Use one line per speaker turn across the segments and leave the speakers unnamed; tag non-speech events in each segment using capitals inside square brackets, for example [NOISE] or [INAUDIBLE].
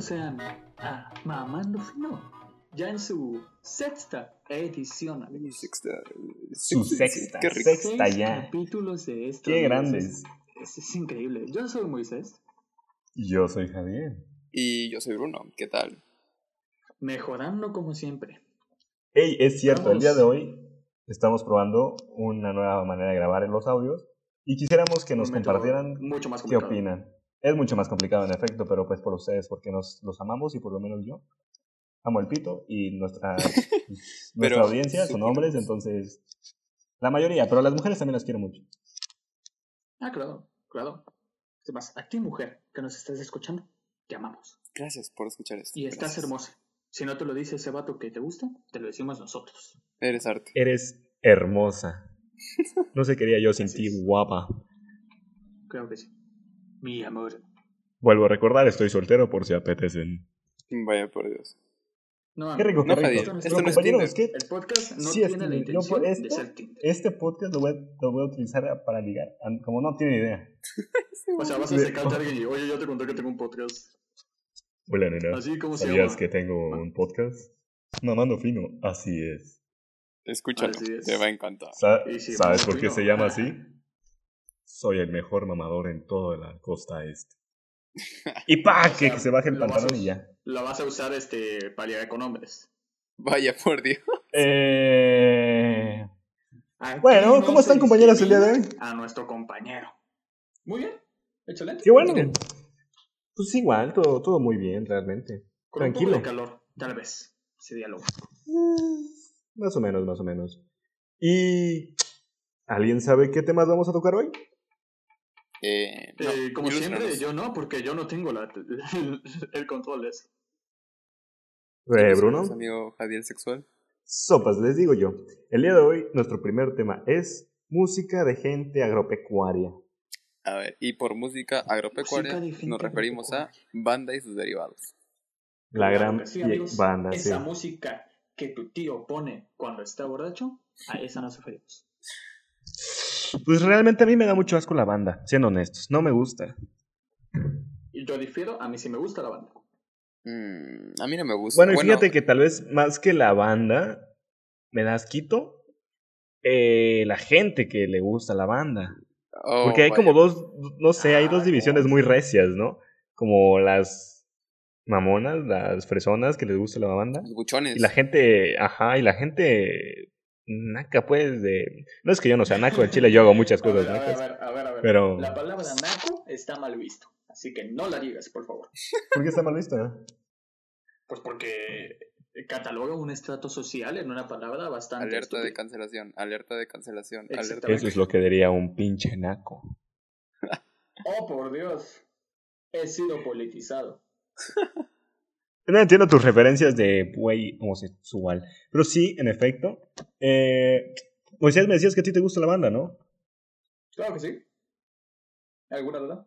sean a Mamando Fino, ya en su sexta edición. amigos.
Sexta,
Su
sí,
sexta,
Qué rico.
sexta. Está
Seis
ya.
capítulos de esto.
Qué
amigos,
grandes.
Es, es- es increíble. Yo soy Moisés,
Yo soy Javier.
Y yo soy Bruno, ¿qué tal?
mejorando como siempre.
Hey, es cierto, el
Vamos.
día de hoy estamos probando una nueva manera de grabar los audios y quisiéramos que nos
Un método
compartieran
mucho más
qué
complicado.
opinan. Es mucho más complicado en efecto, pero pues por ustedes, porque nos los amamos y por lo menos yo amo el pito y [LAUGHS] nuestra, pues, nuestra
Pero,
audiencia son
suponemos.
hombres, entonces la mayoría, pero las mujeres también las quiero mucho.
Ah, claro, claro. Además, a ti, mujer, que nos estás escuchando, te amamos.
Gracias por escuchar esto.
Y estás
Gracias.
hermosa. Si no te lo dice ese vato que te gusta, te lo decimos nosotros.
Eres arte.
Eres [LAUGHS] hermosa. No se quería yo sin
Así es.
ti, guapa.
Creo que sí. Mi amor.
Vuelvo a recordar, estoy soltero por si apetecen.
Vaya por Dios.
No,
Qué rico,
amigo,
qué
No,
rico.
Javier,
no es
esto no
Tinder.
es
Compañeros, ¿qué-
El podcast no
Sí, es
tiene la
Tinder. Yo
intención
por
de
esto-
ser Tinder.
Este podcast lo voy, a, lo voy a utilizar para ligar, an- como no tiene idea.
O sea, vas a secarte a alguien y, oye, yo te conté que tengo un podcast.
Hola, nena.
Así como Ah, se llama.
tengo un podcast? Mamando fino, así es.
Escúchalo,
Así es.
te va a encantar.
Sa-
Y si
¿Sabes
mamando
por qué
fino. Ah.
se llama así? Soy el mejor mamador en toda la
[LAUGHS]
costa este. Y pa,
O
que,
sea,
que se baje el
lo vas a
pantalón
us-
y ya.
La vas a usar este, para llegar con hombres.
Vaya por Dios.
Eh,
Aquí
Bueno,
Ah, no
¿cómo
se
están, compañeros, el día de hoy?
discrimina A nuestro compañero. Muy bien. Excelente.
Qué bueno. Pues igual, todo, todo muy bien, realmente.
Con un poco
Tranquilo.
de calor, tal vez. Ese diálogo.
Eh, Más o menos, más o menos. Y. ¿Alguien sabe qué temas vamos a tocar hoy?
Eh, no,
Eh, como siempre,
ilústranos.
yo no, porque yo no tengo la, [LAUGHS] el, el control de eso.
Eh, Bruno.
Ilústranos, Amigo Javier Sexual.
Sopas, les digo yo. El día de hoy, nuestro primer tema es música de gente agropecuaria.
A ver, y por música agropecuaria
Música de gente
nos referimos a banda y sus derivados.
La
Claro
gran
que sí,
pie-
amigos.
banda, sí.
Esa música que tu tío pone cuando está borracho, a esa nos referimos.
Pues realmente a mí me da mucho asco la banda, siendo honestos. No me gusta.
Pues Y yo difiero, a mí sí me gusta la banda.
Mm, a mí no me gusta.
Bueno, y fíjate que tal vez más que la banda, me da asquito eh, la gente que le gusta la banda.
oh,
Porque hay
vaya.
como dos, no sé, hay
Ah,
dos divisiones muy recias, ¿no? Como las mamonas, las fresonas que les gusta la banda.
Los buchones.
Y la gente, ajá, y la gente naca, pues, de... No es que yo no sea naco, en Chile yo hago muchas
A [LAUGHS]
cosas
ver, a ver, a
nacas.
ver, a ver, a ver.
Pero...
La palabra naco está mal visto, así que no la digas, por favor.
¿Por qué está mal visto?
Pues porque cataloga un estrato social en una palabra bastante
Alerta de
estúpida.
cancelación, alerta de cancelación, alerta
Exactamente.
de
Eso es lo que diría un pinche naco.
Oh, por Dios. He sido politizado.
No entiendo tus referencias de güey homosexual. Pero sí, en efecto. Eh, Moisés, me decías que a ti te gusta la banda, ¿no?
Claro que sí. ¿Alguna duda?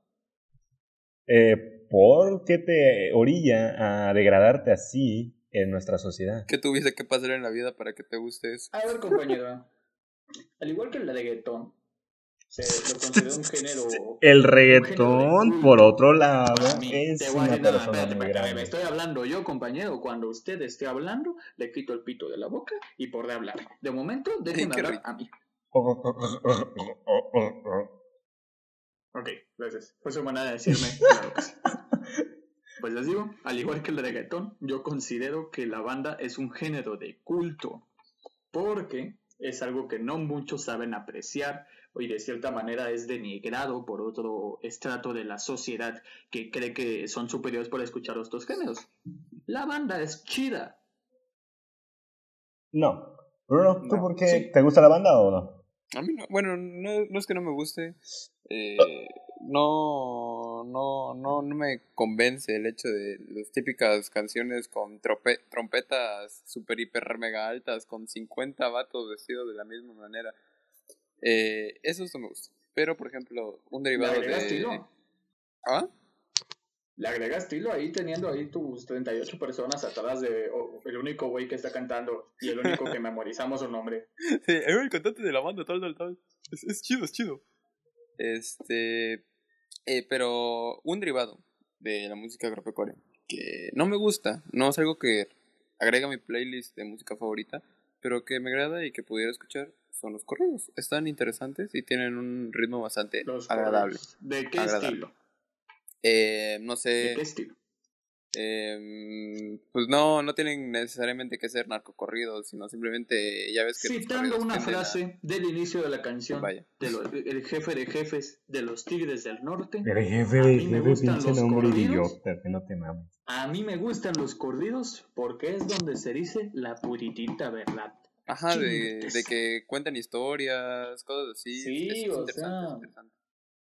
Eh, ¿Por qué te orilla a degradarte así en nuestra sociedad?
¿Qué tuviese que pasar en la vida para que te guste eso?
A ver,
[LAUGHS]
compañero. al igual que el reggaetón, se
[LAUGHS]
lo considera un género.
El
Un
reggaetón,
género
por
de
otro lado,
Para mí, te
es
voy a
una
decir, no,
persona
espérate, espérate,
muy
me
grande.
estoy hablando yo, compañero. Cuando usted esté hablando, le quito el pito de la boca y por de hablar. De momento, déjeme
Qué
hablar
rico.
a mí. Ok, gracias. Fue su manera de decirme. claro que sí. Pues les digo, al igual que el reggaetón, yo considero que la banda es un género de culto, porque es algo que no muchos saben apreciar y de cierta manera es denigrado por otro estrato de la sociedad que cree que son superiores por escuchar los dos géneros. La banda es chida.
No. Bruno, ¿tú
No,
por qué?
sí.
¿Te gusta la banda o no?
A mí no, bueno, no, no es que no me guste. eh, no, no, no, no me convence el hecho de las típicas canciones con trope- trompetas super, hiper, mega altas, con 50 vatos vestidos de la misma manera. Eh, eso no me gusta. Pero, por ejemplo, un
Le
derivado
agregas
de...
estilo.
¿Ah?
Le agregas estilo ahí teniendo ahí tus 38 personas atrás de oh, el único güey que está cantando y el único
[LAUGHS]
que memorizamos su nombre.
Sí, era el cantante de la banda, tal, tal, tal. Es, es chido, es chido. Este. eh, pero un derivado de la música agropecuaria que no me gusta, no es algo que agrega a mi playlist de música favorita, pero que me agrada y que pudiera escuchar son los corridos. Están interesantes y tienen un ritmo bastante
Los
agradable.
corridos. ¿De qué
Agradable.
estilo?
Eh, no
¿De
sé,
qué estilo?
eh, pues no, no tienen necesariamente que ser narcocorridos, sino simplemente ya ves que... los
Citando
corridos
una
tienden a-
frase del inicio de la canción
Vaya.
de los- el jefe de jefes de los Tigres del Norte.
Pero jefe,
A mí me
jefe,
gustan
pinche
los
nombre
corridos.
idiota, que no te mames.
A mí me gustan los corridos porque es donde se dice la puritita verdad.
Ajá, de,
Chingues.
de que cuentan historias, cosas así.
Sí,
es- es
o
interesante, es
sea,
interesante.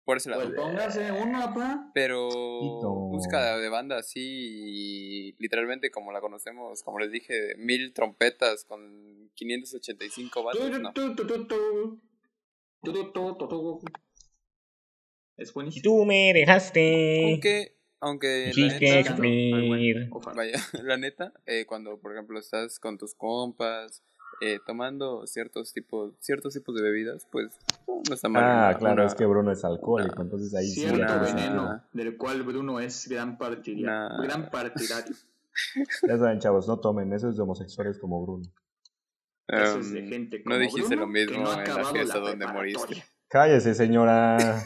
Por ese lado.
Pues póngase una, pa.
Pero
Chiquito.
música de banda así, literalmente como la conocemos, como les dije, mil trompetas con 585
Tu,
bandas, no.
tu, tu, tu, tu. Tu, tu, tu, tu, tu. Es
Y
buenísimo.
tú me dejaste.
Aunque, aunque la
Hiciste
Cristian.
neta,
sufrir.
O fan.
[LAUGHS] vaya, la neta, eh, cuando por ejemplo estás con tus compas, eh, tomando ciertos tipos, ciertos tipos de bebidas, pues no está mal.
Ah,
una-
claro,
una-
es que Bruno es alcohólico,
una-
entonces ahí sí
Cierto
era
Nah.
veneno, del cual Bruno es gran partidario.
Nah.
Gran partidario.
Ya saben, chavos, no tomen, eso es de homosexuales como Bruno.
Eso es de
[LAUGHS] Em,
gente
no
como
dijiste
Bruno,
lo mismo
que no ha
en la
acabado
fiesta donde
preparatoria.
moriste.
Cállese, señora.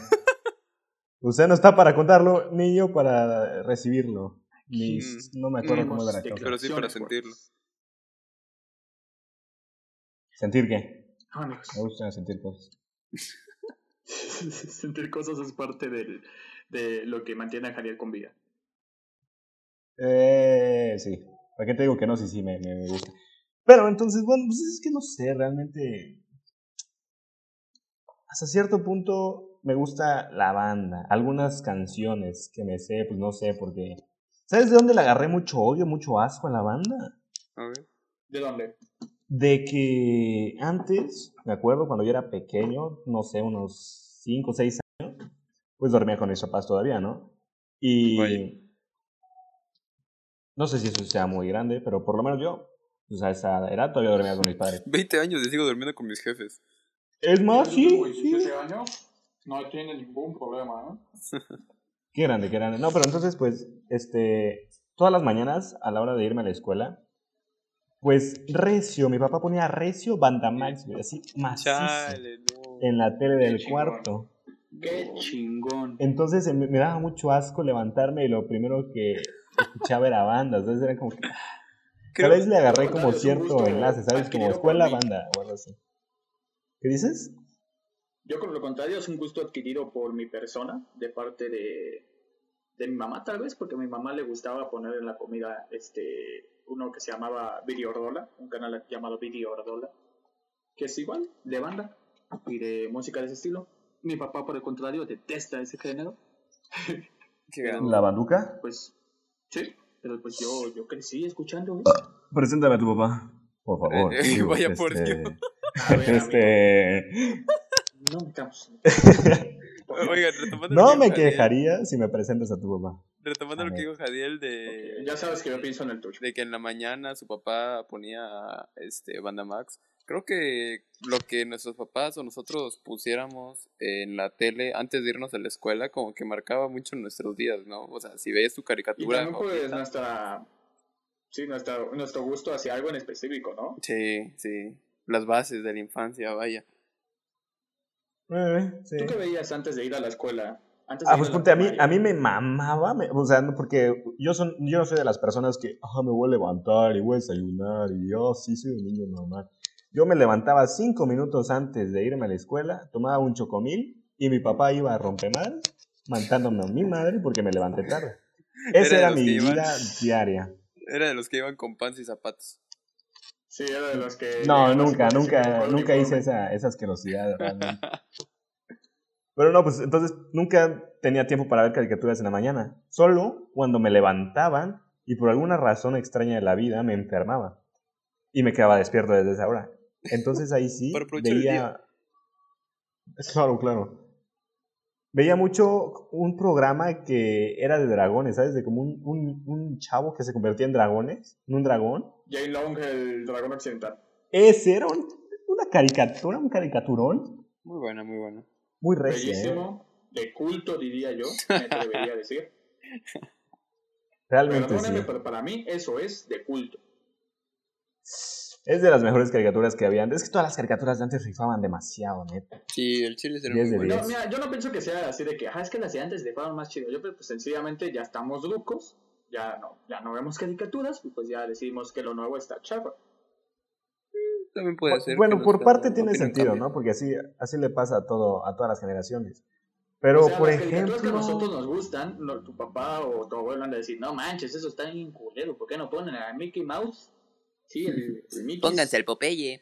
Usted no está para contarlo, ni yo para recibirlo. Ni-
Mm.
no me acuerdo cómo
Hemos
era la cosa.
declarado.
Pero sí para
Acciones
sentirlo.
fuertes.
Sentir qué?
Amigos. [LAUGHS]
Me gusta sentir cosas.
Sentir cosas es parte del- de lo que mantiene a Javier con vida.
Eh, sí. ¿Para qué te digo que no? Sí, sí, me, me- me gusta. Pero entonces, bueno, pues es que no sé, realmente. Hasta cierto punto me gusta la banda. Algunas canciones que me sé, pues no sé, porque. ¿Sabes de dónde le agarré mucho odio, mucho asco a la banda?
A ver.
¿De dónde?
De que antes, me acuerdo cuando yo era pequeño, no sé, unos 5 o 6 años, pues dormía con mis papás todavía, ¿no? Y
Vaya.
no sé si eso sea muy grande, pero por lo menos yo, pues a esa edad era todavía dormía con mis padres.
20 años y sigo durmiendo con mis jefes.
Es más, sí, sí.
no tiene ningún problema,
Qué grande, qué grande. No, pero entonces, pues, este, todas las mañanas a la hora de irme a la escuela, pues recio, mi papá ponía recio Banda Max, güey, así macizo,
Chale, no.
en la tele
Qué
del
chingón.
cuarto.
Qué chingón.
Entonces eh, me me daba mucho asco levantarme y lo primero que escuchaba era banda. Entonces era como que.
Creo-
Tal vez le agarré
Bueno,
como
es un
cierto
gusto
enlace, ¿sabes? Como
adquirido
escuela,
por mí.
banda o algo así. ¿Qué dices?
Yo, con lo contrario, es un gusto adquirido por mi persona, de parte de, de mi mamá, tal vez, porque a mi mamá le gustaba poner en la comida este uno que se llamaba Videordola, un canal llamado Videordola, que es igual, de banda y de música de ese estilo. Mi papá, por el contrario, detesta ese género.
Qué
Pero-
grande.
La banduca.
Pues, sí, pero pues yo, yo crecí escuchando
Preséntame a tu papá. Por favor.
Eh, eh,
digo,
vaya por Dios.
A ver,
este.
No me campes.
Oigan, retomando lo
No
que
me
dijo Jadiel-
quejaría si me presentas a tu papá.
Retomando
A
lo que
ver.
dijo Jadiel de.
eh, Ya sabes que yo pienso en el tuyo.
de que en la mañana su papá ponía este banda Max. Creo que lo que nuestros papás o nosotros pusiéramos en la tele antes de irnos a la escuela como que marcaba mucho nuestros días, ¿no? O sea, si veías tu
Y
caricatura
también pues
favorita-
nuestra... Sí, nuestra, nuestro gusto hacia algo en específico, ¿no?
Sí, sí. Las bases de la infancia, vaya.
Eh, sí.
¿Tú qué veías antes de ir a la escuela? Antes de
Ah,
ir
pues
la
ponte, a mí,
primaria.
a mí me mamaba, me- o sea, no, porque yo, son, yo no soy de las personas que, ah, me voy a levantar y voy a desayunar y yo sí soy un niño normal. Yo me levantaba cinco minutos antes de irme a la escuela, tomaba un chocomil y mi papá iba a rompemadres, mandándome a mi madre porque me levanté tarde. Esa
[LAUGHS] Era de
era,
los
mi
que iban-
vida diaria.
Era de los que iban con pants y zapatos.
Sí, era de los que...
No,
llegaban
nunca,
sin- sin
nunca,
mejor
nunca hice
uniforme.
esa, esa asquerosidad realmente. Pero no, pues entonces nunca tenía tiempo para ver caricaturas en la mañana. Solo cuando me levantaban y por alguna razón extraña de la vida me enfermaba. Y me quedaba despierto desde esa hora. Entonces ahí sí
Para aprovechar el
veía... Claro, claro. Veía mucho un programa que era de dragones, ¿sabes? De como un, un, un chavo que se convertía en dragones, en un dragón.
Jane Long, el dragón occidental.
Ese era un- una caricatura, un caricaturón
[LAUGHS] Muy buena, muy buena.
muy recio. ¿eh? [LAUGHS]
Bellísimo, de culto diría yo, me atrevería a decir.
Realmente sí.
Perdóname, pero para mí eso es de culto.
Es de las mejores caricaturas que habían. Es que todas las caricaturas de antes rifaban demasiado, neta.
Sí, el chile será
Diez
muy
de
bueno.
No,
Yes.
mira, yo no pienso que sea así de que, ah, es que las de antes le fueron más chido. Yo, pues, pues, sencillamente ya estamos locos, ya no, ya no vemos caricaturas, y pues ya decidimos que lo nuevo está chafa.
También puede ser.
bueno,
que
por
nuestra
parte tiene
opinión
sentido,
cambie.
¿no? Porque así, así le pasa a todo, a todas las generaciones. Pero,
o sea,
por
las caricaturas que a
ejemplo. ah,
nosotros nos gustan, no- tu papá o tu abuelo han de decir, no manches, eso está bien culero, ¿por qué no ponen a Mickey Mouse? Sí, el,
[LAUGHS]
el Mickey.
Pónganse al Popeye.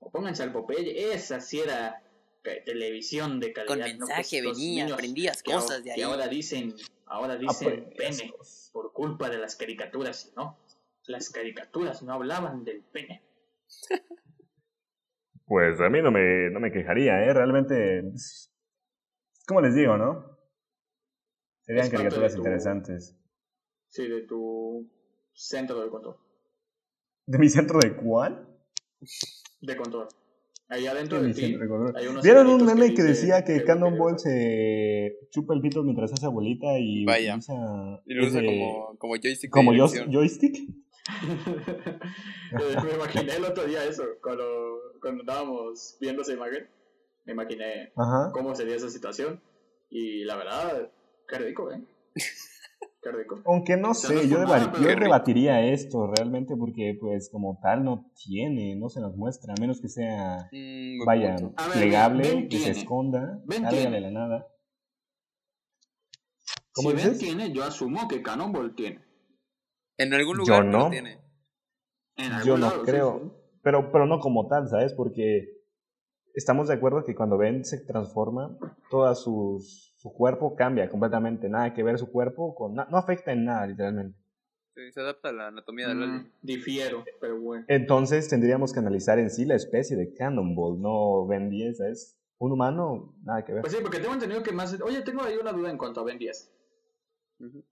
O pónganse al Popeye, esa sí era ca- televisión de calidad.
Con
¿no? Pues
mensaje
estos
venía,
niños
aprendías
que ahora-
cosas
que
de ahí.
ahora dicen,
Ah,
ahora dicen
pues,
pene.
Aprecios.
por culpa de las caricaturas, ¿no? Las caricaturas no hablaban del pene.
Pues a mí no me, no me quejaría, ¿eh? Realmente. es- ¿Cómo les digo, no? Serían
Es parte
caricaturas
de tu-
interesantes.
Sí, de tu centro de control.
¿De mi centro de cuál?
De control. Allá adentro
De
de
mi
ti.
centro de control.
hay unos
¿Vieron un
circulitos
meme que,
dice
decía que
es
Cannonball
peligroso?
se chupa el pito mientras hace abuelita y
Vaya.
usa,
Y lo usa
ese-
como, como joystick.
como
de
joy-
dirección.
joystick?
[LAUGHS] Eh, Me imaginé el otro día eso, cuando, cuando estábamos viendo esa imagen. Me imaginé
Ajá.
cómo sería esa situación. Y la verdad, qué rico, ¿eh? Qué rico.
Aunque no
O sea, no
sé,
es
yo,
por nada,
debati-
pero-
yo
Qué rico.
debatiría esto realmente porque pues como tal no tiene, no se nos muestra, a menos que sea,
Mm, buen
vaya,
punto.
A ver,
plegable,
Ben
que se
tiene.
esconda,
Ben
salga
tiene.
de la nada.
Si
¿Cómo
Ben
dices?
tiene, yo asumo que Cannonball tiene.
En algún
Yo
lugar pero
no.
tiene.
En algún
Yo no
lado, sí,
creo.
sí.
Pero, pero no como tal, ¿sabes? Porque estamos de acuerdo que cuando Ben se transforma, todo su, su cuerpo cambia completamente. Nada que ver su cuerpo con... na- no afecta en nada, literalmente.
Sí, Se adapta a la anatomía del
Mm,
alien.
difiero, pero bueno.
Entonces tendríamos que analizar en sí la especie de Cannonball, no Ben 10, ¿sabes? Un humano, nada que ver.
Pues sí, porque tengo entendido que más. Oye, tengo ahí una duda en cuanto a Ben 10.
Ujú.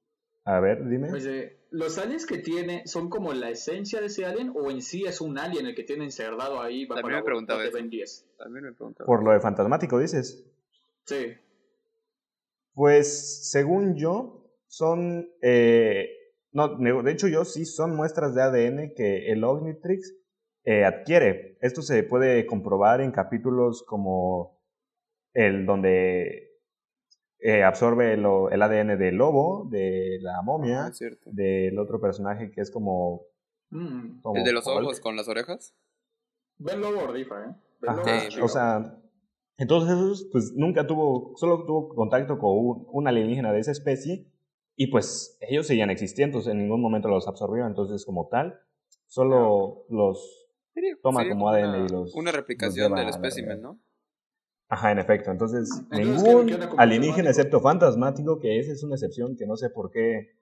A ver, dime.
Pues, eh, ¿Los aliens que tiene son como la esencia de ese alien o en sí es un alien el que tiene encerrado ahí bajo
También
la
me preguntaba
voluntad de Ben
eso.
10?
También me preguntaba.
Por lo de fantasmático, dices.
Sí.
Pues según yo, son... eh, no, de de hecho yo sí son muestras de ADN que el Omnitrix eh, adquiere. Esto se puede comprobar en capítulos como el donde eh, absorbe lo- el ADN del lobo, de la
Ah,
momia,
es cierto.
del otro personaje que es como...
Mm.
como
El de los
Hulk.
ojos con las orejas.
Ben Lobo rifa, ¿eh? Ben Lobo
Ajá,
es chido.
Ah, o sea, entonces esos, pues nunca tuvo, solo tuvo contacto con un, un alienígena de esa especie y pues ellos seguían existiendo, en ningún momento los absorbió, entonces como tal, solo los...
Sería-
Toma
sería
como
una,
ADN y los-
una
los
replicación
lleva a
del
la
espécimen,
realidad.
¿no?
Ajá, en efecto, entonces
¿qué-
ningún
qué onda con
alienígena
fantasmático?
excepto fantasmático, que esa es una excepción que no sé por qué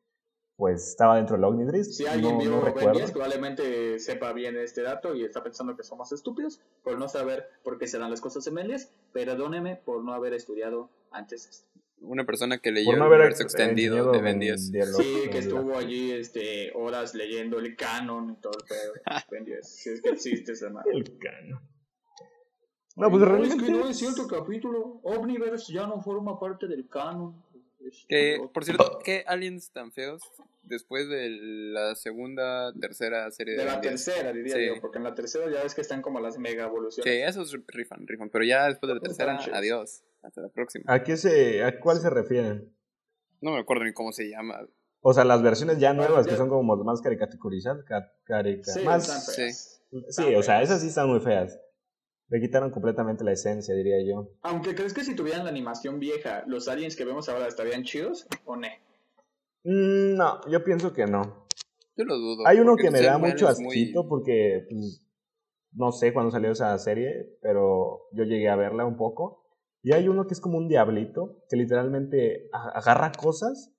pues estaba dentro del Omnidris,
Si alguien
no,
vio
no
Ben
recuerdo.
10, probablemente sepa bien este dato y está pensando que somos estúpidos por no saber por qué se dan las cosas en Ben 10. Perdóneme por no haber estudiado antes esto.
Una persona que leyó
Por no
el
haber
verso extendido
enseñado
de Ben 10.
diálogo-
Sí, que estuvo allí este, horas leyendo el canon y todo el
[LAUGHS]
pedo. Ben 10, si es que existe esa madre.
El cano. No, pues
No,
realmente...
Es que no es cierto capítulo. Omniverse ya no forma parte del canon. Es-
Que,
no.
por cierto,
Oh.
¿qué aliens tan feos después de la segunda, tercera serie de,
De la
Ben 10?
tercera, diría
Sí.
yo, porque en la tercera ya ves que están como las mega evoluciones.
Sí, esos rifan, rifan. Pero ya después de la
Esos
tercera,
están chidos.
adiós. Hasta la próxima.
¿A qué se, a cuál se refieren?
No me acuerdo ni cómo se llama.
O sea, las versiones ya nuevas que
ya-
son como más caricaturizadas, ca- carica-
Sí,
más,
están feas.
sí, o sea, esas sí están muy feas. Le quitaron completamente la esencia, diría yo.
Aunque crees que si tuvieran la animación vieja, los aliens que vemos ahora estarían chidos o no.
Mm, No, yo pienso que no.
Yo lo dudo.
Hay uno
porque
que me da
son
mucho
aliens muy-
asquito porque pues, no sé cuándo salió esa serie, pero yo llegué a verla un poco. Y hay uno que es como un diablito que literalmente a- agarra cosas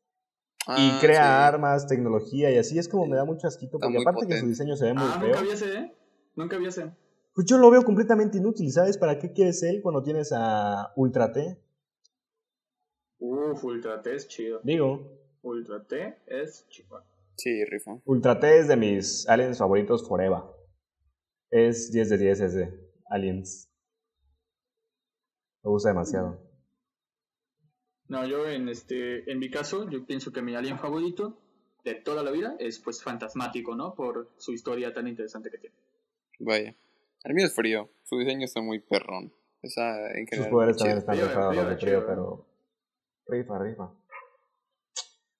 y
Ah,
crea
sí.
armas, tecnología y así. Es como me da mucho asquito
Está
porque
muy
aparte que su
potente.
diseño se ve muy
Ah,
feo.
nunca vi ese, ¿eh? Nunca vi ese.
Pues yo lo veo completamente inútil, ¿sabes? ¿Para qué quieres él cuando tienes a Ultra T?
Uf, Ultra T es chido.
Digo,
Ultra T es chido.
Sí, rifa.
Ultra T es de mis aliens favoritos forever. Es 10 de 10 ese, aliens. Me gusta demasiado.
Mm, No, yo en este, en mi caso, yo pienso que mi alien favorito de toda la vida es pues fantasmático, ¿no? Por su historia tan interesante que tiene.
Vaya. El mío es frío. Su diseño está muy perrón. Esa, en
Sus
general,
poderes
chido.
también están
Frío,
rifados
frío,
los de
chido.
frío, pero. Rifa, rifa.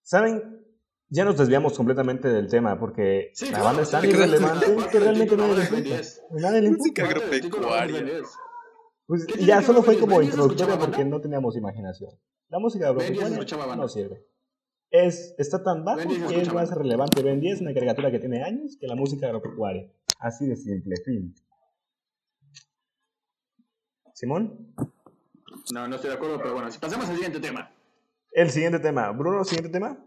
¿Saben? Ya nos desviamos completamente del tema porque
Sí,
la
claro, sí,
banda es tan
sí, sí,
irrelevante
sí, sí,
que
sí,
realmente
sí,
nadie
sí,
le
sí,
importa.
sí,
Nadie le importa.
Música
Parte del título de Orden
agropecuaria.
es.
Pues
¿Qué tiene
ya
que
solo
ver
fue
Benny?
como
¿Benny se
introductoria
escuchaba
porque
banda?
no teníamos imaginación. La música
Ben 10
agropecuaria
escuchaba banda.
no sirve. Es, está tan bajo
Ben 10
que es
escuchaba
más
banda.
relevante Ben 10, una caricatura que tiene años, que la música agropecuaria. Así de simple, fin. Simón,
No, no estoy de acuerdo, pero bueno, si pasemos al siguiente tema.
el siguiente tema. Bruno, siguiente tema.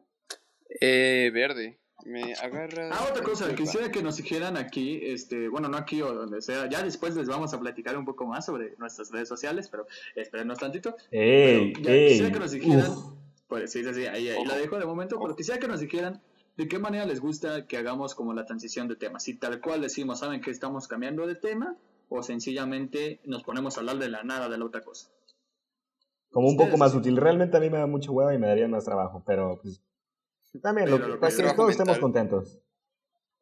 Eh, verde. Me agarra.
Ah, otra
en
cosa,
curva.
quisiera que nos dijeran aquí, este, bueno, no aquí o donde sea, ya después les vamos a platicar un poco más sobre nuestras redes sociales, pero espérenos tantito.
¡Ey!
Pero ya
¡Ey!
quisiera que nos dijeran,
uf.
pues sí, sí, sí, ahí, ahí la
Ojo.
dejo de momento, pero quisiera que nos dijeran de qué manera les gusta que hagamos como la transición de tema. Si tal cual decimos, saben que estamos cambiando de tema, o sencillamente nos ponemos a hablar de la nada de la otra cosa.
como un
Ustedes
poco más
deciden.
útil. Realmente a mí me da mucho hueva y me daría más trabajo, pero pues también lo
Pero
que-
lo
para
que-
que
Trabajo
todos
mental.
estemos contentos.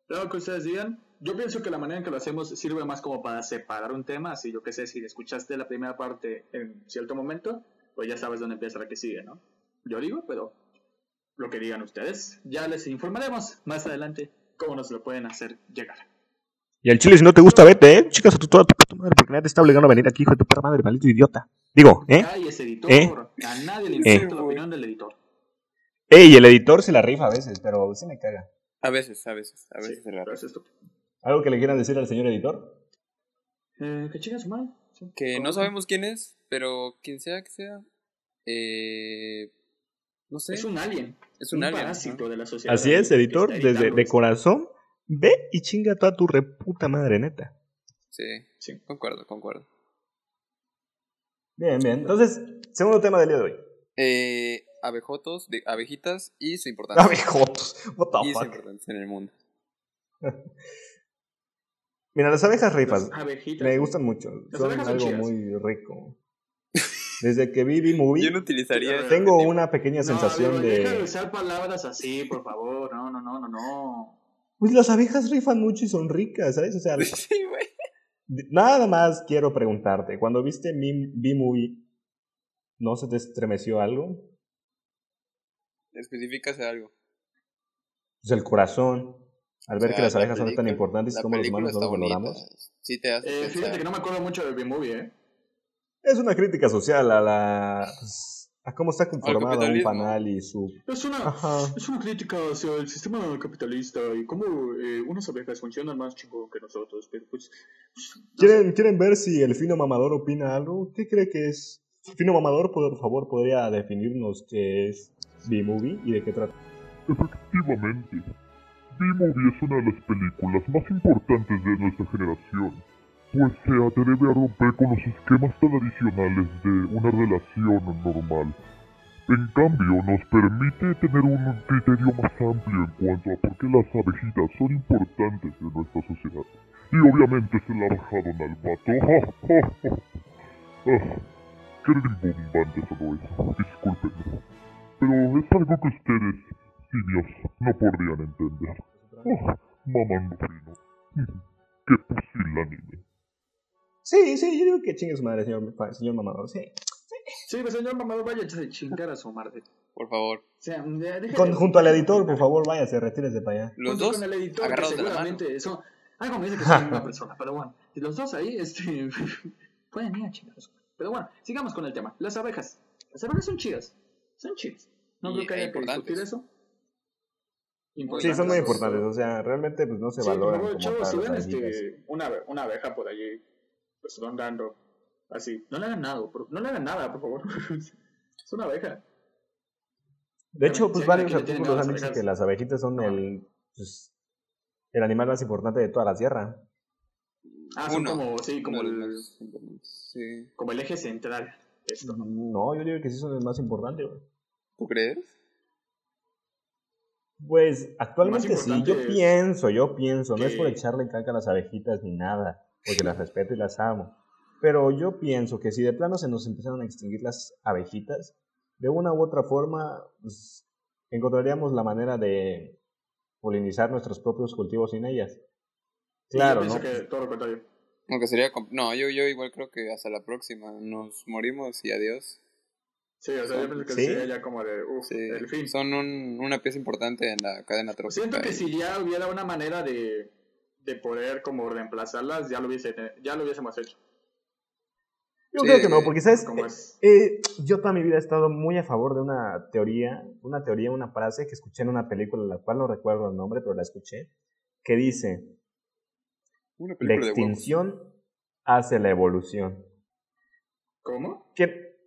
Lo que ustedes digan, yo pienso que la manera en que lo hacemos sirve más como para separar un tema, así yo qué sé, si escuchaste la primera parte en cierto momento, pues ya sabes dónde empieza la que sigue, ¿no? Yo digo, pero lo que digan ustedes, ya les informaremos más adelante cómo nos lo pueden hacer llegar.
Y al chile, si no te gusta, vete, ¿eh? Chicas, a tu toda tu puta madre, porque nadie te está obligando a venir aquí, hijo de tu perra madre, maldito idiota. Digo, ¿eh?
ese editor, a nadie le
Eh.
importa la opinión del editor.
Ey, el editor se la rifa a veces, pero sí me caga.
A veces, a veces, a
Sí,
veces se la-
pero es esto.
¿Algo que le quieran decir al señor editor?
Eh, que chingas, madre. Sí,
Que
con
no
gusto.
sabemos quién es, pero quien sea que sea, eh, no sé,
Es un alien, un,
¿eh? alien.
parásito
¿no?
de la sociedad.
Así es,
Está
editor, desde
editando
de
esto.
corazón, ve y chinga a toda tu reputa madre, neta.
Sí,
Sí.
concuerdo, concuerdo.
Bien, bien. Entonces, segundo tema del día [LAUGHS] de hoy.
Eh, abejotos, de abejitas y su importancia.
Abejotos. Ah, What the
y su
Oh, fuck.
importancia en el mundo.
Mira, las abejas rifas.
Las abejitas.
Me gustan mucho.
Las
Son
abejas son
algo
chidas.
muy [LAUGHS] rico. Desde que vi B-Movie,
Yo no utilizaría ese
tengo
adjetivo.
una pequeña
No,
sensación
amigo, deja de
de...
usar palabras así, por favor. No, no, no, no, no.
Pues las abejas rifan mucho y son ricas, ¿sabes? O sea,
[LAUGHS] Sí, güey.
nada más quiero preguntarte. Cuando viste mi- B-Movie, ¿no se te estremeció algo?
Específicase algo.
Pues el corazón. Al
O
ver
sea,
que las
Ah, la
abejas son tan
película-
importantes y
la
cómo los
película
humanos no
está
los
bonita.
valoramos.
Sí te hace
Eh, fíjate
pensar.
que no me acuerdo mucho de B-Movie, ¿eh?
Es una crítica social a la... pues, a cómo está conformado un
capitalismo.
panal y su...
Es una,
Ajá.
es una crítica hacia el sistema capitalista y cómo eh, unas abejas funcionan más chingón que nosotros. Pero pues,
¿Quieren, ¿Quieren ver si el fino mamador opina algo? ¿Qué cree que es? Fino mamador, por favor, podría definirnos qué es B-Movie y de qué trata.
Efectivamente, B-Movie es una de las películas más importantes de nuestra generación, pues se atreve a romper con los esquemas tradicionales de una relación normal. En cambio, nos permite tener un criterio más amplio en cuanto a por qué las abejitas son importantes en nuestra sociedad. Y obviamente se la bajaron al [LAUGHS] vato. Ah, ¡Qué rimbombante sonó eso! Discúlpenme. Pero es algo que ustedes Simios no podrían entender. Oh, mamando fino. Qué pusilánime.
Sí, sí, yo digo que chingue su madre, señor, pa- señor mamador, sí.
sí, pues señor mamador, vaya a chingar a su madre. O
Por favor.
sea, ya deje
Con-
de-
junto al editor, por favor, váyase, retírese para allá.
Los
junto
dos
con el editor, que
agarrados de la mano.
seguramente eso. Algo me dice que son una persona, pero bueno. Y los dos ahí, este. [LAUGHS] pueden ir a chingar a su madre. Pero bueno, sigamos con el tema. Las abejas. Las abejas son chidas. Son chidas. No
Y-
creo que
e
haya que
importantes.
discutir eso.
Sí, son muy
Importantes.
importantes, o sea, realmente pues no se
Sí, por
valoran
favor,
como
chavos, si
tal las
ven
abejitas.
este, una, abe- una abeja por allí, pues van dando así. No le hagan nada, por- no le hagan nada, por favor. [LAUGHS] es una abeja.
De hecho,
Sí,
pues
hay
varios
quien le tiene miedo
artículos
a
han
las
dicho
abejas.
que las abejitas son el, pues, el animal más importante de toda la tierra.
Ah, son
Uno.
como, sí, como
Uno de
el,
los más importantes. Sí.
como el eje central. Esto, ¿no?
No, yo digo que sí son el más importante, güey.
¿Tú crees?
Pues actualmente
Lo más
sí, yo
importante es
pienso, yo pienso, no es por
que-
echarle caca a las abejitas ni nada, porque las respeto y las amo, pero yo pienso que si de plano se nos empezaron a extinguir las abejitas, de una u otra forma pues, encontraríamos la manera de polinizar nuestros propios cultivos sin ellas.
Sí,
Claro,
yo
¿no?
pienso que todo lo contrario.
Aunque sería... com- No, yo, yo igual creo que hasta la próxima. Nos morimos y adiós.
Sí, o sea, yo pienso que
Sí.
sería ya como de, uff,
Sí,
el fin. Pues
Son un- una pieza importante en la cadena trófica.
Siento que
y-
si ya hubiera una manera de, de poder como reemplazarlas, ya lo, hubiese, ya lo hubiésemos hecho.
Yo
Sí,
creo que no, porque sabes,
Como es.
Eh, yo toda mi vida he estado muy a favor de una teoría, una teoría, una frase que escuché en una película, la cual no recuerdo el nombre, pero la escuché, que dice,
Una película
la
de huevos.
extinción hace la evolución.
¿Cómo?
¿Qué?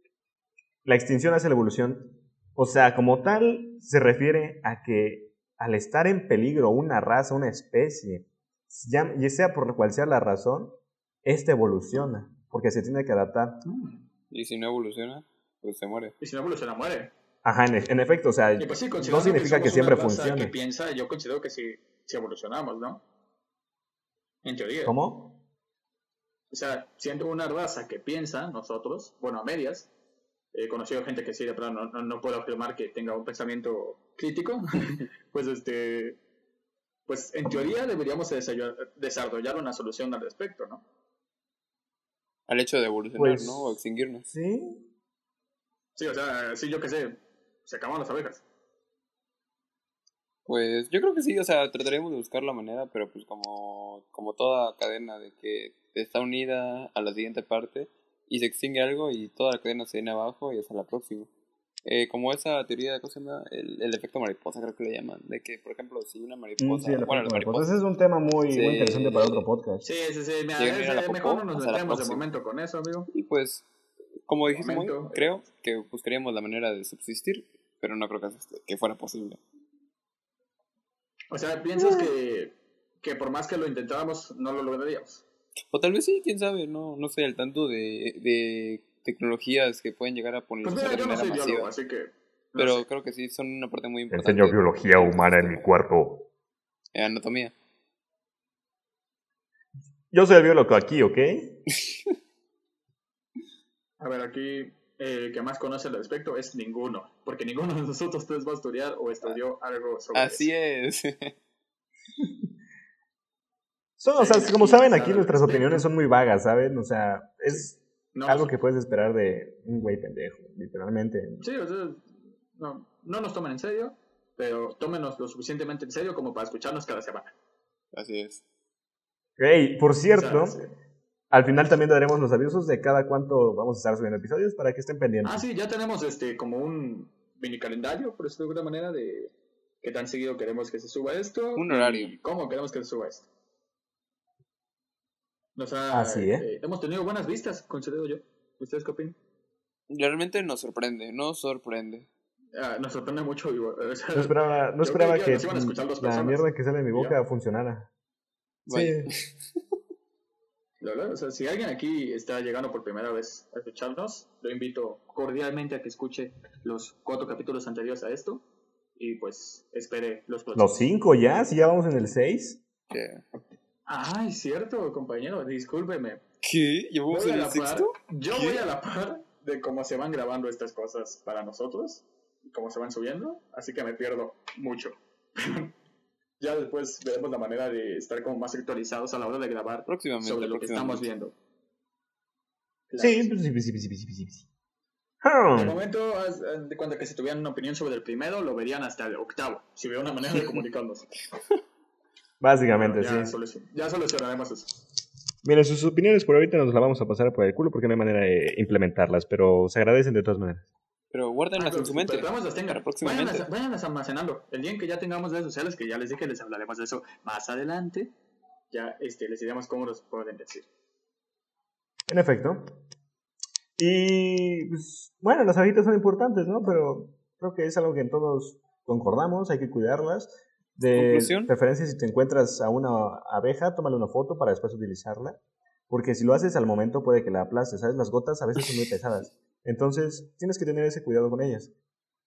La extinción hace la evolución. O sea, como tal, se refiere a que al estar en peligro una raza, una especie, ya, ya sea por cual sea la razón, esta evoluciona, porque se tiene que adaptar.
Mm.
Y si no evoluciona, pues se muere.
Y si no evoluciona, muere.
Ajá, en, e- en efecto, o sea,
Y pues sí,
no
considerando
significa que,
somos
siempre
una raza
funcione.
Que piensa, yo considero que si, si evolucionamos, ¿no? En teoría.
¿Cómo?
O sea, siendo una raza que piensa, nosotros, bueno, a medias, he conocido gente que sí, de plano, no, no- no puedo afirmar que tenga un pensamiento crítico, [LAUGHS] pues este, pues en teoría deberíamos desarroll- desarrollar una solución al respecto, ¿no?
Al hecho de evolucionar,
Pues-
¿no? O extinguirnos.
Sí.
Sí, o sea, sí, yo qué sé, se acaban las abejas.
Pues yo creo que sí, o sea, trataremos de buscar la manera, pero pues como, como toda cadena de que está unida a la siguiente parte y se extingue algo y toda la cadena se viene abajo y hasta la próxima. Eh, como esa teoría de cosa, el, el efecto mariposa creo que le llaman, de que por ejemplo si una mariposa,
Mm, Sí,
bueno,
el efecto
las
mariposa.
mariposas
Ese es un tema muy,
Sí.
muy interesante para otro podcast.
Sí, sí, sí, mira,
Llega a ir a la
es- mejor
popó,
no nos
hasta la
metemos de
próxima.
momento con eso, amigo.
Y pues, como dijiste, Moy,
Momento.
creo que buscaríamos la manera de subsistir, pero no creo que, este, que fuera posible.
O sea, piensas que, que por más que lo intentáramos, no lo lograríamos.
O tal vez sí, quién sabe, no, no sé, al tanto de, de tecnologías que pueden llegar a
Pues
polinizar
mira,
de
yo no
manera
soy biólogo,
masiva.
así que... no
Pero
sé.
creo que sí, son una parte muy importante.
Enseño biología humana en mi cuerpo.
Eh, anatomía.
Yo soy el biólogo aquí, ¿ok?
A ver, aquí eh, el que más conoce al respecto es ninguno, porque ninguno de nosotros tres va a estudiar o estudió algo sobre
Así
eso.
es. [LAUGHS]
Son, o
Sí,
sea,
aquí,
como saben,
o sea,
aquí nuestras
respeto.
opiniones son muy vagas, ¿saben? O sea, es
No,
algo que puedes esperar de un güey pendejo, literalmente.
Sí, o sea, no, no nos tomen en serio, pero tómenos lo suficientemente en serio como para escucharnos cada semana.
Así es.
Hey, por cierto,
O sea, sí.
al final también daremos los avisos de cada cuánto vamos a estar subiendo episodios para que estén pendientes.
Ah, sí, ya tenemos este como un mini calendario, por decirlo de alguna manera, de qué tan seguido queremos que se suba esto.
Un horario.
y ¿Cómo queremos que se suba esto? Nos ha-
Así, ¿eh?
hemos tenido buenas vistas, considero yo. ¿Ustedes qué opinan?
Realmente nos sorprende, nos sorprende.
Ah, nos sorprende mucho. y, [LAUGHS] o sea,
No esperaba, no
Yo
esperaba
creía que
que
nos iban a escuchar dos
la
personas.
mierda que sale de mi boca funcionara.
Vaya.
pues,
Sí.
La verdad, o sea, si alguien aquí está llegando por primera vez a escucharnos, lo invito cordialmente a que escuche los cuatro capítulos anteriores a esto y pues espere los próximos.
Los cinco ya, si ya vamos en el seis.
¿Qué?
Ay, cierto, compañero, discúlpeme.
[LAUGHS] ¿Qué? ¿Llevamos
Voy a
en
la
el
par-
sexto?
Yo
¿Qué?
voy a la par de cómo se van grabando estas cosas para nosotros y cómo se van subiendo, así que me pierdo mucho. [LAUGHS] ya después veremos la manera de estar como más actualizados a la hora de grabar
Próximamente,
sobre lo que estamos
próximamente.
viendo.
Sí, pues, sí, pues, sí, pues, sí, pues, sí, pues, sí, pues, sí.
De
Hmm.
momento, haz- haz de cuenta que si tuvieran una opinión sobre el primero, lo verían hasta el octavo, si hubiera una manera
[LAUGHS]
de comunicarnos.
Básicamente,
ya,
sí.
solucion- ya solucionaremos eso.
Miren, sus opiniones por ahorita nos las vamos a pasar por el culo porque no hay manera de implementarlas, pero se agradecen de todas maneras.
Pero
Ah,
guárdenlas en su mente.
Esperamos las tengan.
Para próximamente.
Váyanlas, váyanlas almacenando. El día en que ya tengamos redes sociales, que ya les dije, les hablaremos de eso más adelante. Ya este, les diremos cómo los pueden decir.
En efecto. Y pues, bueno, las abejitas son importantes, ¿no? Pero creo que es algo que en todos concordamos, hay que cuidarlas. De
Conclusión.
preferencia, si te encuentras a una abeja, tómale una foto para después utilizarla. Porque si lo haces al momento puede que la aplastes, ¿sabes? Las gotas a veces son muy pesadas. Entonces, tienes que tener ese cuidado con ellas.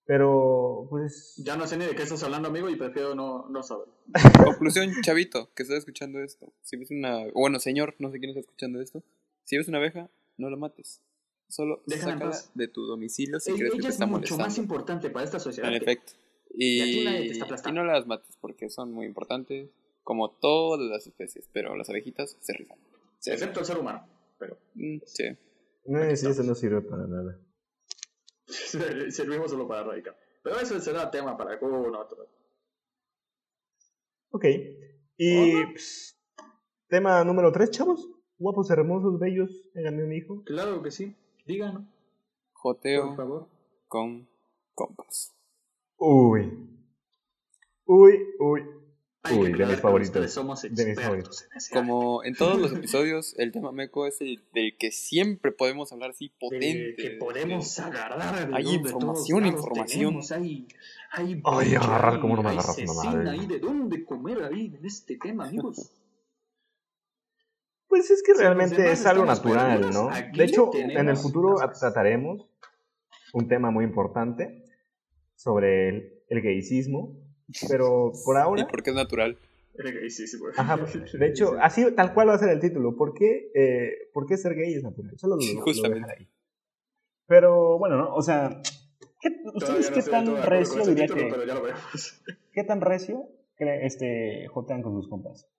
Pero, pues...
Ya no sé ni de qué estás hablando, amigo, y prefiero no, no saber.
Conclusión, chavito, que está escuchando esto. Si ves una. o Bueno, señor, no sé quién está escuchando esto. Si ves una abeja, no la mates. Solo
Déjala en
sácala
paz.
de tu domicilio si
El-
crees que
E-, ella
te
es
está
mucho más
molestando.
importante para esta sociedad
En
que
efecto.
Y, a ti nadie te
Y,
está
y
aplastando.
no las mates porque son muy importantes, como todas las especies, pero las abejitas se rifan. Se rifan.
Excepto el ser humano. [LAUGHS] Pero
Mm, Sí.
No, sí, eso no sirve para nada.
servimos solo para erradicar. Pero eso será tema para algún otro.
Ok. Y pues, tema número 3, chavos. Guapos, hermosos, bellos. Háganme un hijo.
Claro que sí. Díganos, por
Joteo
favor.
con compas.
Uy. Uy, uy.
Hay
Uy,
que
de
aclarar
mis
que
favoritos.
ustedes somos
De mis
expertos
favoritos.
en ese área.
Como en todos los episodios, el tema meco es el del que siempre podemos hablar así potente.
De que podemos agarrar de
Hay
dónde
información,
todos lados
información.
tenemos, hay, hay
Ay, agarrar
hay-
como no me
hay
agarras
cecina
nada.
ahí de dónde comer ahí en este tema, [LAUGHS] amigos.
Pues es que
Si los
realmente
demás
es algo
estamos
natural,
perdidos,
¿no?
aquí
De hecho,
tenemos
en el futuro
las cosas.
trataremos un tema muy importante sobre el, el gaycismo. Pero
[LAUGHS]
por
Y
ahora.
porque es natural.
Era que sí, sí, güey. [LAUGHS]
Ajá, pues, de hecho,
Sí.
así tal cual va a ser el título. ¿Por qué, eh, ¿por qué ser gay es natural? Solo lo, lo voy a
Justamente.
dejar ahí. Pero bueno, ¿no? O sea, ¿qué-
Todavía
¿ustedes
no
qué
estoy de todo
tan
de acuerdo con
recio
ese
diría
título,
que,
Pero ya lo veremos. [LAUGHS]
qué tan recio cre- este, jotean con sus compas?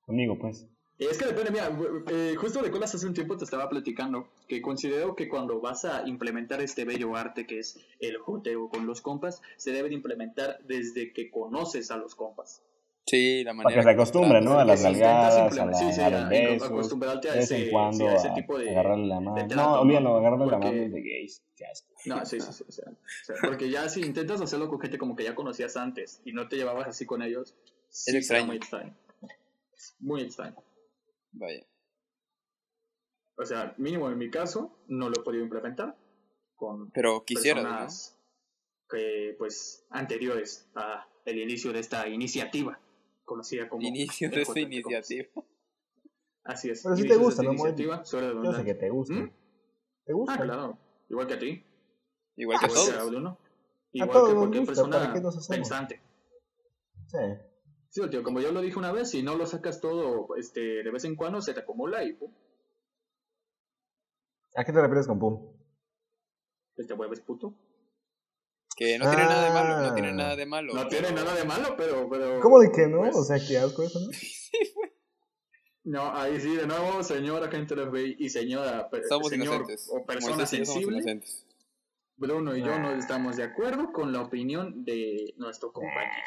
Conmigo, pues.
Y Es que depende, mira, eh, justo recuerdas hace un tiempo te estaba platicando que considero que cuando vas a implementar este bello arte que es el joteo con los compas, se debe de implementar desde que conoces a los compas.
Sí, la
Para
manera.
que se acostumbren,
tratas,
¿no? A
el
las
que-
nalgadas, a,
intentas
la,
implementar- sí, sí,
a los
a-
besos,
acostumbrarte
de
a
vez
ese-
en cuando
sí, a ese
a
tipo de-
agarrarle la mano.
trato,
No, olvídalo,
¿no?
agarrarle la
Porque-
mano es de gays. Qué asco.
No, sí, sí,
[LAUGHS]
sí. O sea, o sea, porque ya si intentas hacerlo con gente como que ya conocías antes y no te llevabas así con ellos, sí será
extraño.
muy extraño. Muy extraño.
Vaya.
O sea, mínimo en mi caso, no lo he podido implementar con
Pero quisieras, ¿no?
personas que, pues, anteriores a el inicio de esta iniciativa, conocida como...
Inicio
el
de esta
J.T.
iniciativa.
Así es.
Pero sí te
inicio de esta
gusta, ¿no, Moy?
iniciativa, sobre
Yo sé
redundante.
que te gusta.
¿Mm?
¿Te
Ah,
gusta?
claro. Igual que a ti.
Igual que a
Igual que a
todos.
Ah, pues, Bruno. Igual
todos
que
nos
cualquier
gusta, ¿para qué
persona
nos hacemos?
pensante.
Sí.
Sí, tío, como yo lo dije una vez, si no lo sacas todo este, de vez en cuando, se te acumula y pum,
¿A qué te refieres con pum?
te vuelves puto.
Que no tiene nada de malo, no tiene
Ah.
nada de malo.
No tiene
pero-
nada de malo, pero... pero
¿Cómo de que no?
pues,
O sea, qué asco eso,
[LAUGHS]
¿no?
No, ahí sí, de nuevo, señora gente gay y señora, pe-
Somos
señor
inocentes.
o persona
Moisés y yo somos
sensible,
inocentes. [LAUGHS]
Bruno y yo no estamos de acuerdo con la opinión de nuestro compañero.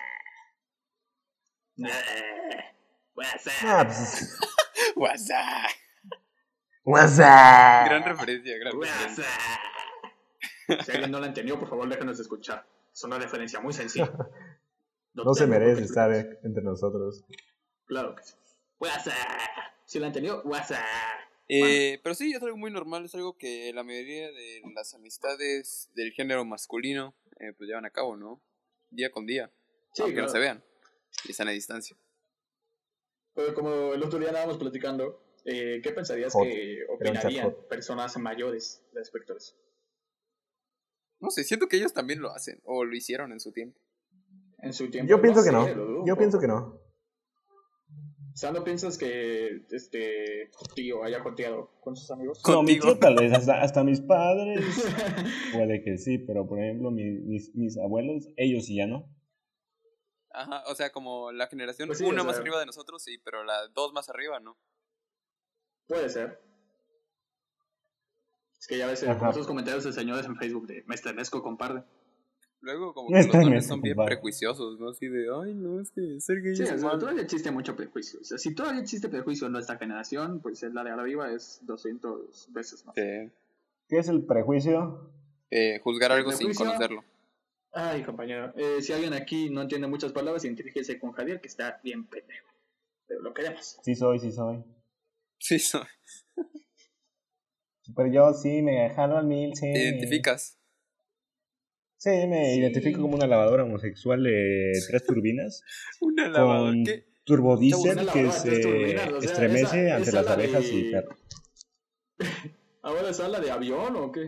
Ah, pues.
WhatsApp.
WhatsApp.
Gran referencia, gran referencia.
[LAUGHS]
Si alguien no la entendió, por favor, déjenos escuchar. Es una referencia muy sencilla.
[LAUGHS] No se
tengo por qué
merece estar
explicar.
eh, entre nosotros.
Claro que sí. WhatsApp. Si la entendió, WhatsApp.
Eh, pero sí, es algo muy normal, es algo que la mayoría de las amistades del género masculino eh, pues llevan a cabo, ¿no? Día con día,
Sí,
aunque
claro.
no se vean y están a distancia.
Pero como el otro día andábamos platicando, eh, ¿qué pensarías
Hot.
que
Era un chat
opinarían
hot.
personas mayores respecto a eso?
No sé, siento que ellos también lo hacen o lo hicieron en su tiempo.
En su tiempo.
Yo pienso
sé,
que
lo
no.
dudo
Yo
un
pienso
poco.
que no.
O sea, ¿no piensas que este tío haya joteado con sus amigos? [LAUGHS]
Con-
No, mi
Contigo.
tío tal vez, hasta, hasta mis padres. Puede que sí, pero por ejemplo, mi- mis, mis abuelos, ellos sí ya no.
Ajá, o sea, como la generación
Pues sí,
una
o
más
sea-
arriba de nosotros, sí, pero las dos más arriba, ¿no?
Puede ser. Es que ya ves eh,
Ajá.
como esos comentarios de señores en Facebook de Me estremezco, compadre.
Luego como
No
que los
está en
dones
eso,
son bien
compadre.
prejuiciosos, ¿no? Así de, ay, no, es que ser gay
Sí, o
es
sea,
malo".
todavía existe mucho prejuicio. O sea, si todavía existe prejuicio en nuestra generación, pues la de arriba es 200 veces más.
Sí.
¿Qué es el prejuicio?
este, Eh, juzgar algo sin
Prejuicio.
conocerlo. [LAUGHS]
Ay, compañero, eh, si alguien aquí no entiende muchas palabras, identifíquese con Javier, que está bien pendejo. Pero lo queremos.
Sí soy, sí soy.
Sí, so-
Pero yo sí me jalo al mil, sí.
te identificas.
Sí, me
Sí.
identifico como una lavadora homosexual de tres
[LAUGHS]
turbinas.
Una lavadora,
con
¿qué?
turbodiesel
Chavos,
que
una lavadora de tres
se
turbinas, o sea,
estremece
esa-
ante
esa
las
la
abejas
de-
y perros.
¿Ahora es ala de avión o qué?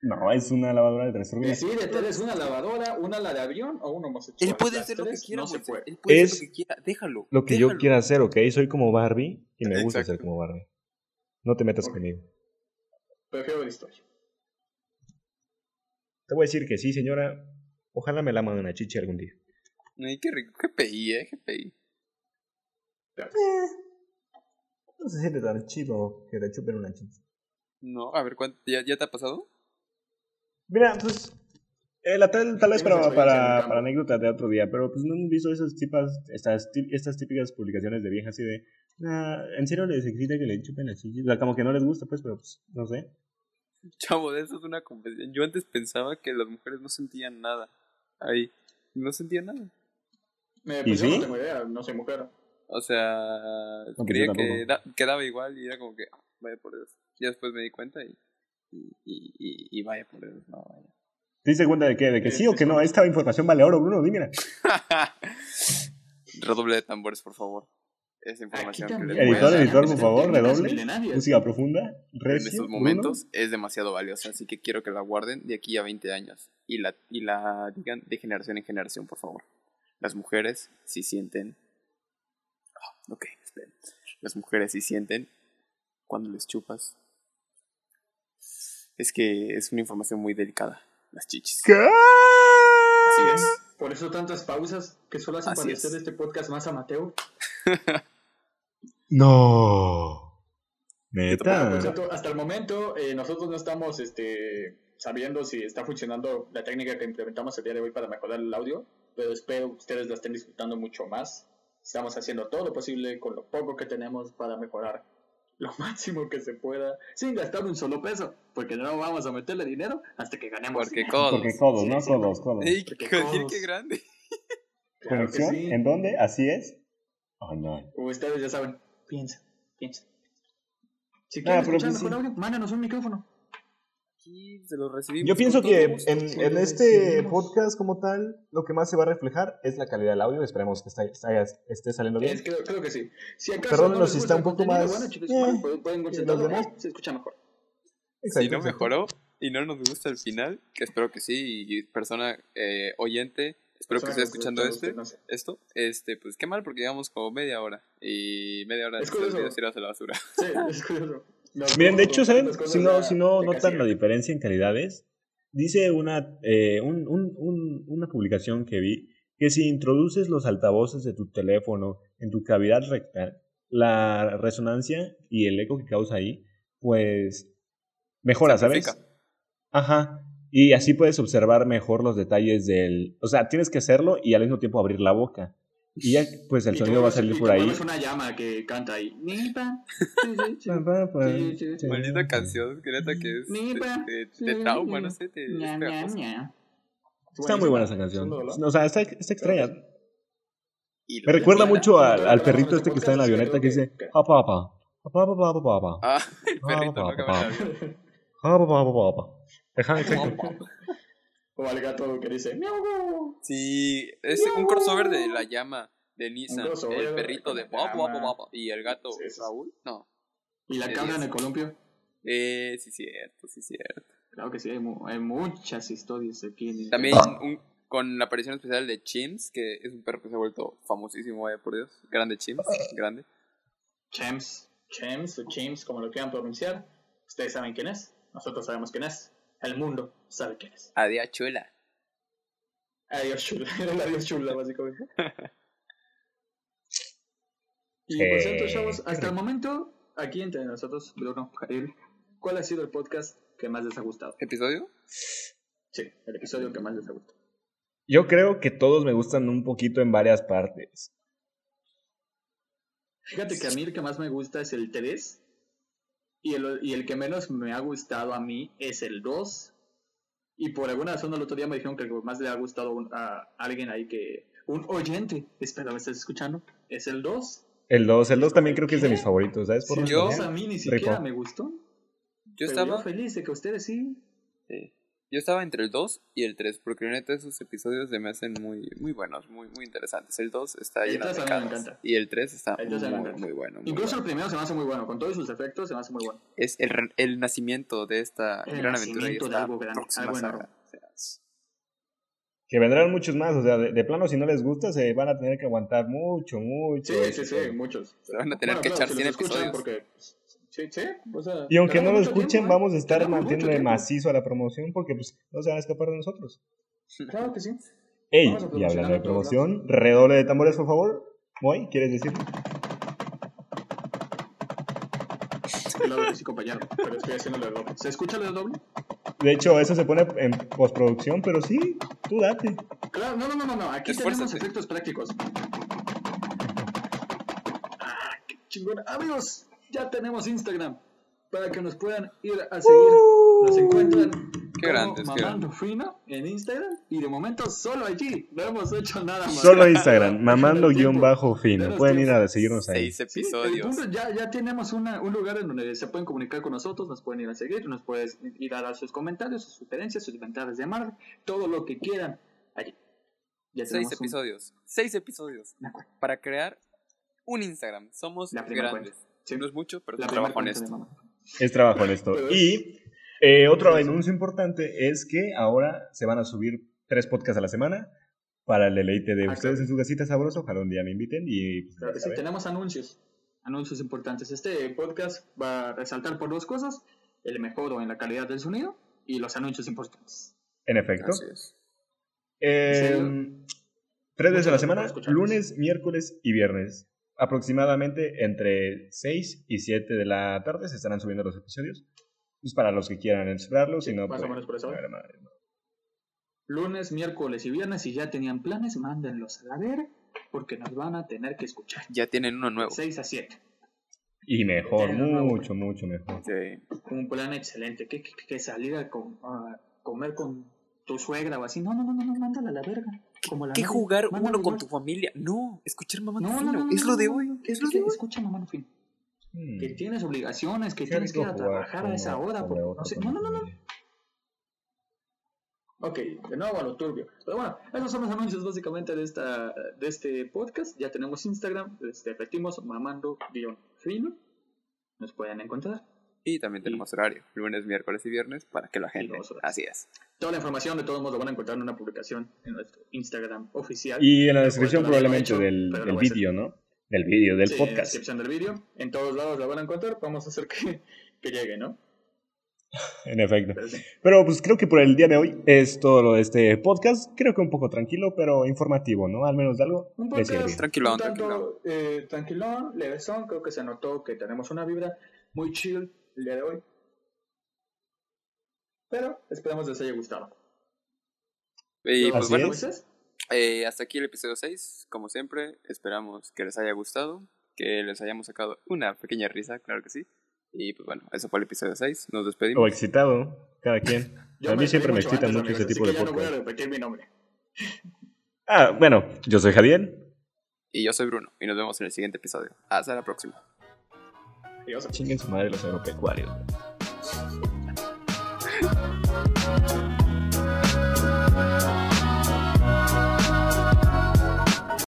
No, es una lavadora de tres turbinas.
Decídete, ¿eres una lavadora, una ala de avión o un homosexual?
Él puede
Las
hacer lo que
tres
quiera,
No se
Moisés,
puede.
Él puede
Es
hacer lo que quiera. Déjalo.
Lo que yo
déjalo.
quiera hacer, ¿ok? Soy como Barbie y me gusta
Exacto.
ser como Barbie. No te metas
Ok.
conmigo.
Prefiero la historia.
Te voy a decir que sí, señora. Ojalá me la manden a chichi algún día.
Ay, qué rico. GPI, eh, GPI.
Eh, No se siente tan chido que te chupen una chichi.
No, a ver, ¿cuánto- ¿ya, ya te ha pasado? [LAUGHS]
Mira, pues. eh, la tal, tal vez
Tengo experiencia
para,
en el
para,
campo.
para anécdota de otro día, pero pues no han visto esas tipas, estas, tí- estas típicas publicaciones de viejas así de. "Nah, ¿En serio les excita que le chupen así? O sea, como que no les gusta, pues, pero pues, no sé.
Chavo, eso es una confesión. Yo antes pensaba que las mujeres no sentían nada. Ahí. No sentían nada.
Me
¿Y
pues, yo
sí?
no tengo idea, no soy mujer.
O sea,
pues
creía
yo
que
tampoco.
da- quedaba igual y era como que, ah, vaya por Dios. Ya después me di cuenta y, y, y, y- y vaya por Dios, no vaya.
¿Te diste cuenta de que, de que
Sí,
sí o
sí,
que no?
sí.
Esta información vale oro, Bruno, dímela.
[LAUGHS]
Redoble de tambores, por favor.
Aquí
Esa información que
también.
les
Editor,
voy a dar
editor,
en
por favor,
Leyendas
redoble.
milenarias.
Música profunda, recio,
estos
Bruno.
momentos es demasiado valiosa, así que quiero que la guarden de aquí a 20 años y la, y la digan de generación en generación, por favor. Las mujeres sí sienten... Ah, ok, esperen. Las mujeres sí sienten cuando les chupas. Es que es una información muy delicada, las chichis.
¿Qué?
Así es.
Por eso tantas pausas que solo hacen
Así
para
es.
hacer este podcast más amateur.
No.
Pero, por
Neta.
cierto, hasta el momento eh, nosotros no estamos este, sabiendo si está funcionando la técnica que implementamos el día de hoy para mejorar el audio, pero espero que ustedes la estén disfrutando mucho más. Estamos haciendo todo lo posible con lo poco que tenemos para mejorar lo [LAUGHS] máximo que se pueda sin gastar un solo peso, porque no vamos a meterle dinero hasta que ganemos.
Porque
dinero.
codos.
Porque codos, ¿no?
Sí, sí.
Codos, codos.
Ey,
porque
joder,
codos.
qué grande!
Claro que
¿Conexión?
sí.
¿En dónde? Así es. Ah, no.
Ustedes ya saben. Piensa, piensa. Si
Ah,
quieren
pero
escuchar
pues
mejor
sí.
audio, mándanos un micrófono.
Aquí se los recibimos.
Yo pienso
con todo
que
gusto.
en, en este podcast como tal, lo que más se va a reflejar es la calidad del audio. Esperemos que está- está- esté saliendo bien.
Es, creo, creo que sí. Si acaso
Perdónenos
les
si
gusta
está un
el
poco
contenido,
más,
Bueno, chicos,
eh,
bueno, pueden- pueden consultarlo,
demás.
eh, se escucha mejor.
Si
Exacto,
no
exacto.
mejoró y no nos gusta el final, que espero que sí, y persona eh, oyente, espero que esté
Personas
escuchando
gustan,
este,
no sé.
esto, este, pues qué mal porque llevamos como media hora y media hora
Es
de estos
curioso.
videos tirados a la basura.
Sí, [LAUGHS] es curioso. Nos
Miren, de
vamos
hecho,
a
¿saben?
las cosas
Si no,
ya
si no
de
notan la
casi-
diferencia en calidades, dice una, eh, un- un- un- una publicación que vi que si introduces los altavoces de tu teléfono en tu cavidad rectal, la resonancia y el eco que causa ahí, pues mejora,
Se amplifica.
¿sabes? Ajá. Y así puedes observar mejor los detalles del... O sea, tienes que hacerlo y al mismo tiempo abrir la boca. Y ya, pues el
y te
sonido va a
vuelves-
salir
y
por
te
ahí.
vuelves una llama que canta
[LAUGHS]
ahí. Nipa. Sí, sí, sí.
Maldita canción, que neta que es,
Nipa.
te, te- te trauma, no sé, te, es
Ña, ña,
pegajosa.
ña.
Está muy buena esa
Son
canción.
dolor.
O sea, está, está extraña.
pues,
Y
Me
la
recuerda
mala-
mucho
Entonces,
al, al
grabamos este
perrito este que está en la
podcast,
avioneta que dice,
creo que-
"Ah, papá, papá, papá, papá, papá,
Ah, el perrito, ¿no? Que va en el avión.
ah, papá, papá, papá". Ajá, exacto.
[LAUGHS] O al gato que dice, miau.
Sí, es un crossover de la llama de Nissan,
crossover
el perrito
con
de
la
Bob, Bob,
llama.
Bob, Bob, y el gato
Sí, sí, sí.
Raúl, no.
Y la
Sí,
cabra en
sí.
el columpio.
Eh, sí, cierto, sí, cierto.
Claro que sí, hay, mu- hay muchas historias aquí en el
También
Ah.
un- con la aparición especial de Chims, que es un perro que se ha vuelto famosísimo, vaya por Dios. Grande Chims, grande.
Chems, Chems o James, como lo quieran pronunciar. Ustedes saben quién es, nosotros sabemos quién es, el mundo sabe quién es.
Adiós, chula.
Adiós chula, [LAUGHS] era el adiós chula básicamente. Y
Eh,
por cierto, chavos,
qué
hasta el
rico.
momento, aquí entre nosotros, Bruno, Jair, ¿cuál ha sido el podcast que más les ha gustado?
¿Episodio?
Sí, el episodio que más les ha gustado.
Yo creo que todos me gustan un poquito en varias partes.
Fíjate que a mí el que más me gusta es el 3 y el, y el que menos me ha gustado a mí es el 2. Y por alguna razón el otro día me dijeron que el que más le ha gustado a un- a alguien ahí que... Un oyente, espero me estés escuchando, es el 2.
El 2, el 2 también creo que es de mis favoritos, ¿sabes? Por
Si el
yo-
2 a mí ni siquiera
Rico.
me gustó.
Yo
pero
estaba,
feliz de que ustedes sí.
sí, yo estaba entre el 2 y el 3, porque la neta esos episodios se me hacen muy, muy buenos, muy, muy interesantes. El 2 está
El
lleno de
tres a mí me
caras,
encanta.
Y el 3 está
El
muy,
tres a mí me encanta.
muy bueno. muy
Incluso el primero se me hace muy bueno, con todos sus efectos se me hace muy bueno.
es el, re- el nacimiento de esta
El
gran aventura y
nacimiento de
esta
algo grande,
próxima
algo
saga.
enorme.
O sea, es-
Que vendrán muchos más, o sea, de, de plano si no les gusta se van a tener que aguantar mucho, mucho.
Sí, sí,
este
sí,
tema.
muchos.
Se van a tener
Bueno,
que
claro,
echar
si los
100
escuchan
episodios.
Porque Sí, sí. O sea,
Y aunque no
tenemos
lo
mucho
escuchen,
tiempo, ¿eh?
vamos a estar
Tenemos mucho
manteniendo
tiempo.
macizo a la promoción porque pues no se van a escapar de nosotros.
Claro que sí.
Ey,
Vamos a
y hablando de
promocionar todos
promoción, redoble de tambores, por favor. Moy, ¿quieres decir?
Claro que sí, compañero. Pero estoy haciendo lo de doble. ¿Se escucha lo de doble?
De hecho, eso se pone en postproducción, pero sí, tú date.
Claro, no, no, no, no. no. Aquí tenemos
Esfuérzate.
efectos prácticos. Ah, qué chingón. Amigos, ya tenemos Instagram. Para que nos puedan ir a seguir. Nos encuentran
Uh. Qué
como
grandes, qué
Mamando Fino en Instagram. Y de momento solo allí. No hemos hecho nada más.
Solo
[LAUGHS]
Instagram, mamando
Denos
guión
tiempo.
bajo fino.
Denos
Pueden ir
tiempo.
a seguirnos ahí.
Seis
Sí, el
episodios.
punto es ya, ya tenemos una- un lugar en donde se pueden comunicar con nosotros, nos pueden ir a seguir, nos pueden ir a dar sus comentarios, sus sugerencias, sus ventanas de Marvel, todo lo que quieran. Allí. Ya
Seis
tenemos un-
episodios. Seis episodios.
De acuerdo.
Para crear un Instagram. Somos
La primera
grandes.
sí.
No es mucho, pero
la
es un
primera
trabajo
cuenta de
honesto.
mamá.
Es trabajo en esto.
Pero es-
Y eh, otro
Sí, sí.
anuncio importante es que ahora se van a subir tres podcasts a la semana para el deleite de
Ah,
ustedes
claro.
en su casita sabroso. Ojalá un día me inviten y... pues,
Claro que sí,
a ver.
tenemos anuncios, anuncios importantes. Este podcast va a resaltar por dos cosas, el mejor en la calidad del sonido y los anuncios importantes.
En efecto.
Así es.
Eh,
Sí.
tres veces a
Muchas gracias
la
por
semana,
escucharnos.
lunes, miércoles y viernes. Aproximadamente entre 6 y 7 de la tarde se estarán subiendo los episodios. Pues para los que quieran explorarlos, si no,
más o
pues,
menos por esa hora.
vale madre.
Lunes, miércoles y viernes, si ya tenían planes, mándenlos a la ver, porque nos van a tener que escuchar.
Ya tienen uno nuevo.
6 a 7.
Y mejor,
Sí, no, no,
mucho, mucho mejor.
Sí.
un plan excelente, que, que, que salir a, com- a comer con tu suegra o así. No, no, no, no, no, mándala a la verga. Como la
¿Qué
novia.
jugar
Mándala
uno
a
con
jugar.
tu familia? No, escuchar mamá
No, no,
Fino.
no, no,
es lo
no,
de
no,
hoy.
no.
Es lo de hoy.
Escucha, mamá, en fin.
Hmm.
Que tienes obligaciones, que
Qué
tienes que ir
rico
a
jugar
trabajar a
con-
esa hora.
con
porque
la
no
otra
sé-
con
No,
la
no, no, no.
familia.
Ok, de nuevo a lo turbio. Pero bueno, esos son los anuncios básicamente de esta de este podcast. Ya tenemos Instagram, este, repetimos, mamando-fino. Nos pueden encontrar.
Y también tenemos horario. Lunes, miércoles y viernes para que la gente.
dos horas.
Así es.
Toda la información de todos modos lo van a encontrar en una publicación en nuestro Instagram oficial.
Y en la
Lo
descripción
voy a hacer,
probablemente
Pues, lo he hecho,
del,
pero lo
del
voy a hacer.
vídeo, ¿no? Del vídeo, del
Sí, En la
podcast.
descripción del vídeo. En todos lados la van a encontrar. Vamos a hacer que, que llegue,
[LAUGHS]
¿no?
En efecto.
Pero sí.
Pero pues creo que por el día de hoy es todo lo de este podcast. Creo que un poco tranquilo, pero informativo, ¿no? Al menos de algo
Un
le
podcast
sirvió.
Tranquilón,
un tanto eh, tranquilón, levesón. Creo que se notó que tenemos una vibra muy chill el día de hoy. Pero esperamos les haya gustado.
Y pues
Así
bueno,
es.
Moisés,
eh, hasta aquí el episodio 6. Como siempre, esperamos que les haya gustado. Que les hayamos sacado una pequeña risa, claro que sí. Y pues bueno, eso fue el episodio 6. Nos despedimos.
O excitado, cada quien. A mí
despedí
siempre me
mucho
excita
antes,
mucho ese
amigos, así
tipo
que
de
Ya no voy a
podcast.
repetir mi nombre.
Ah, bueno, yo soy Javier.
Y yo soy Bruno. Y nos vemos en el siguiente episodio. Hasta la próxima.
Adiós.
Chinguen su madre los agropecuarios.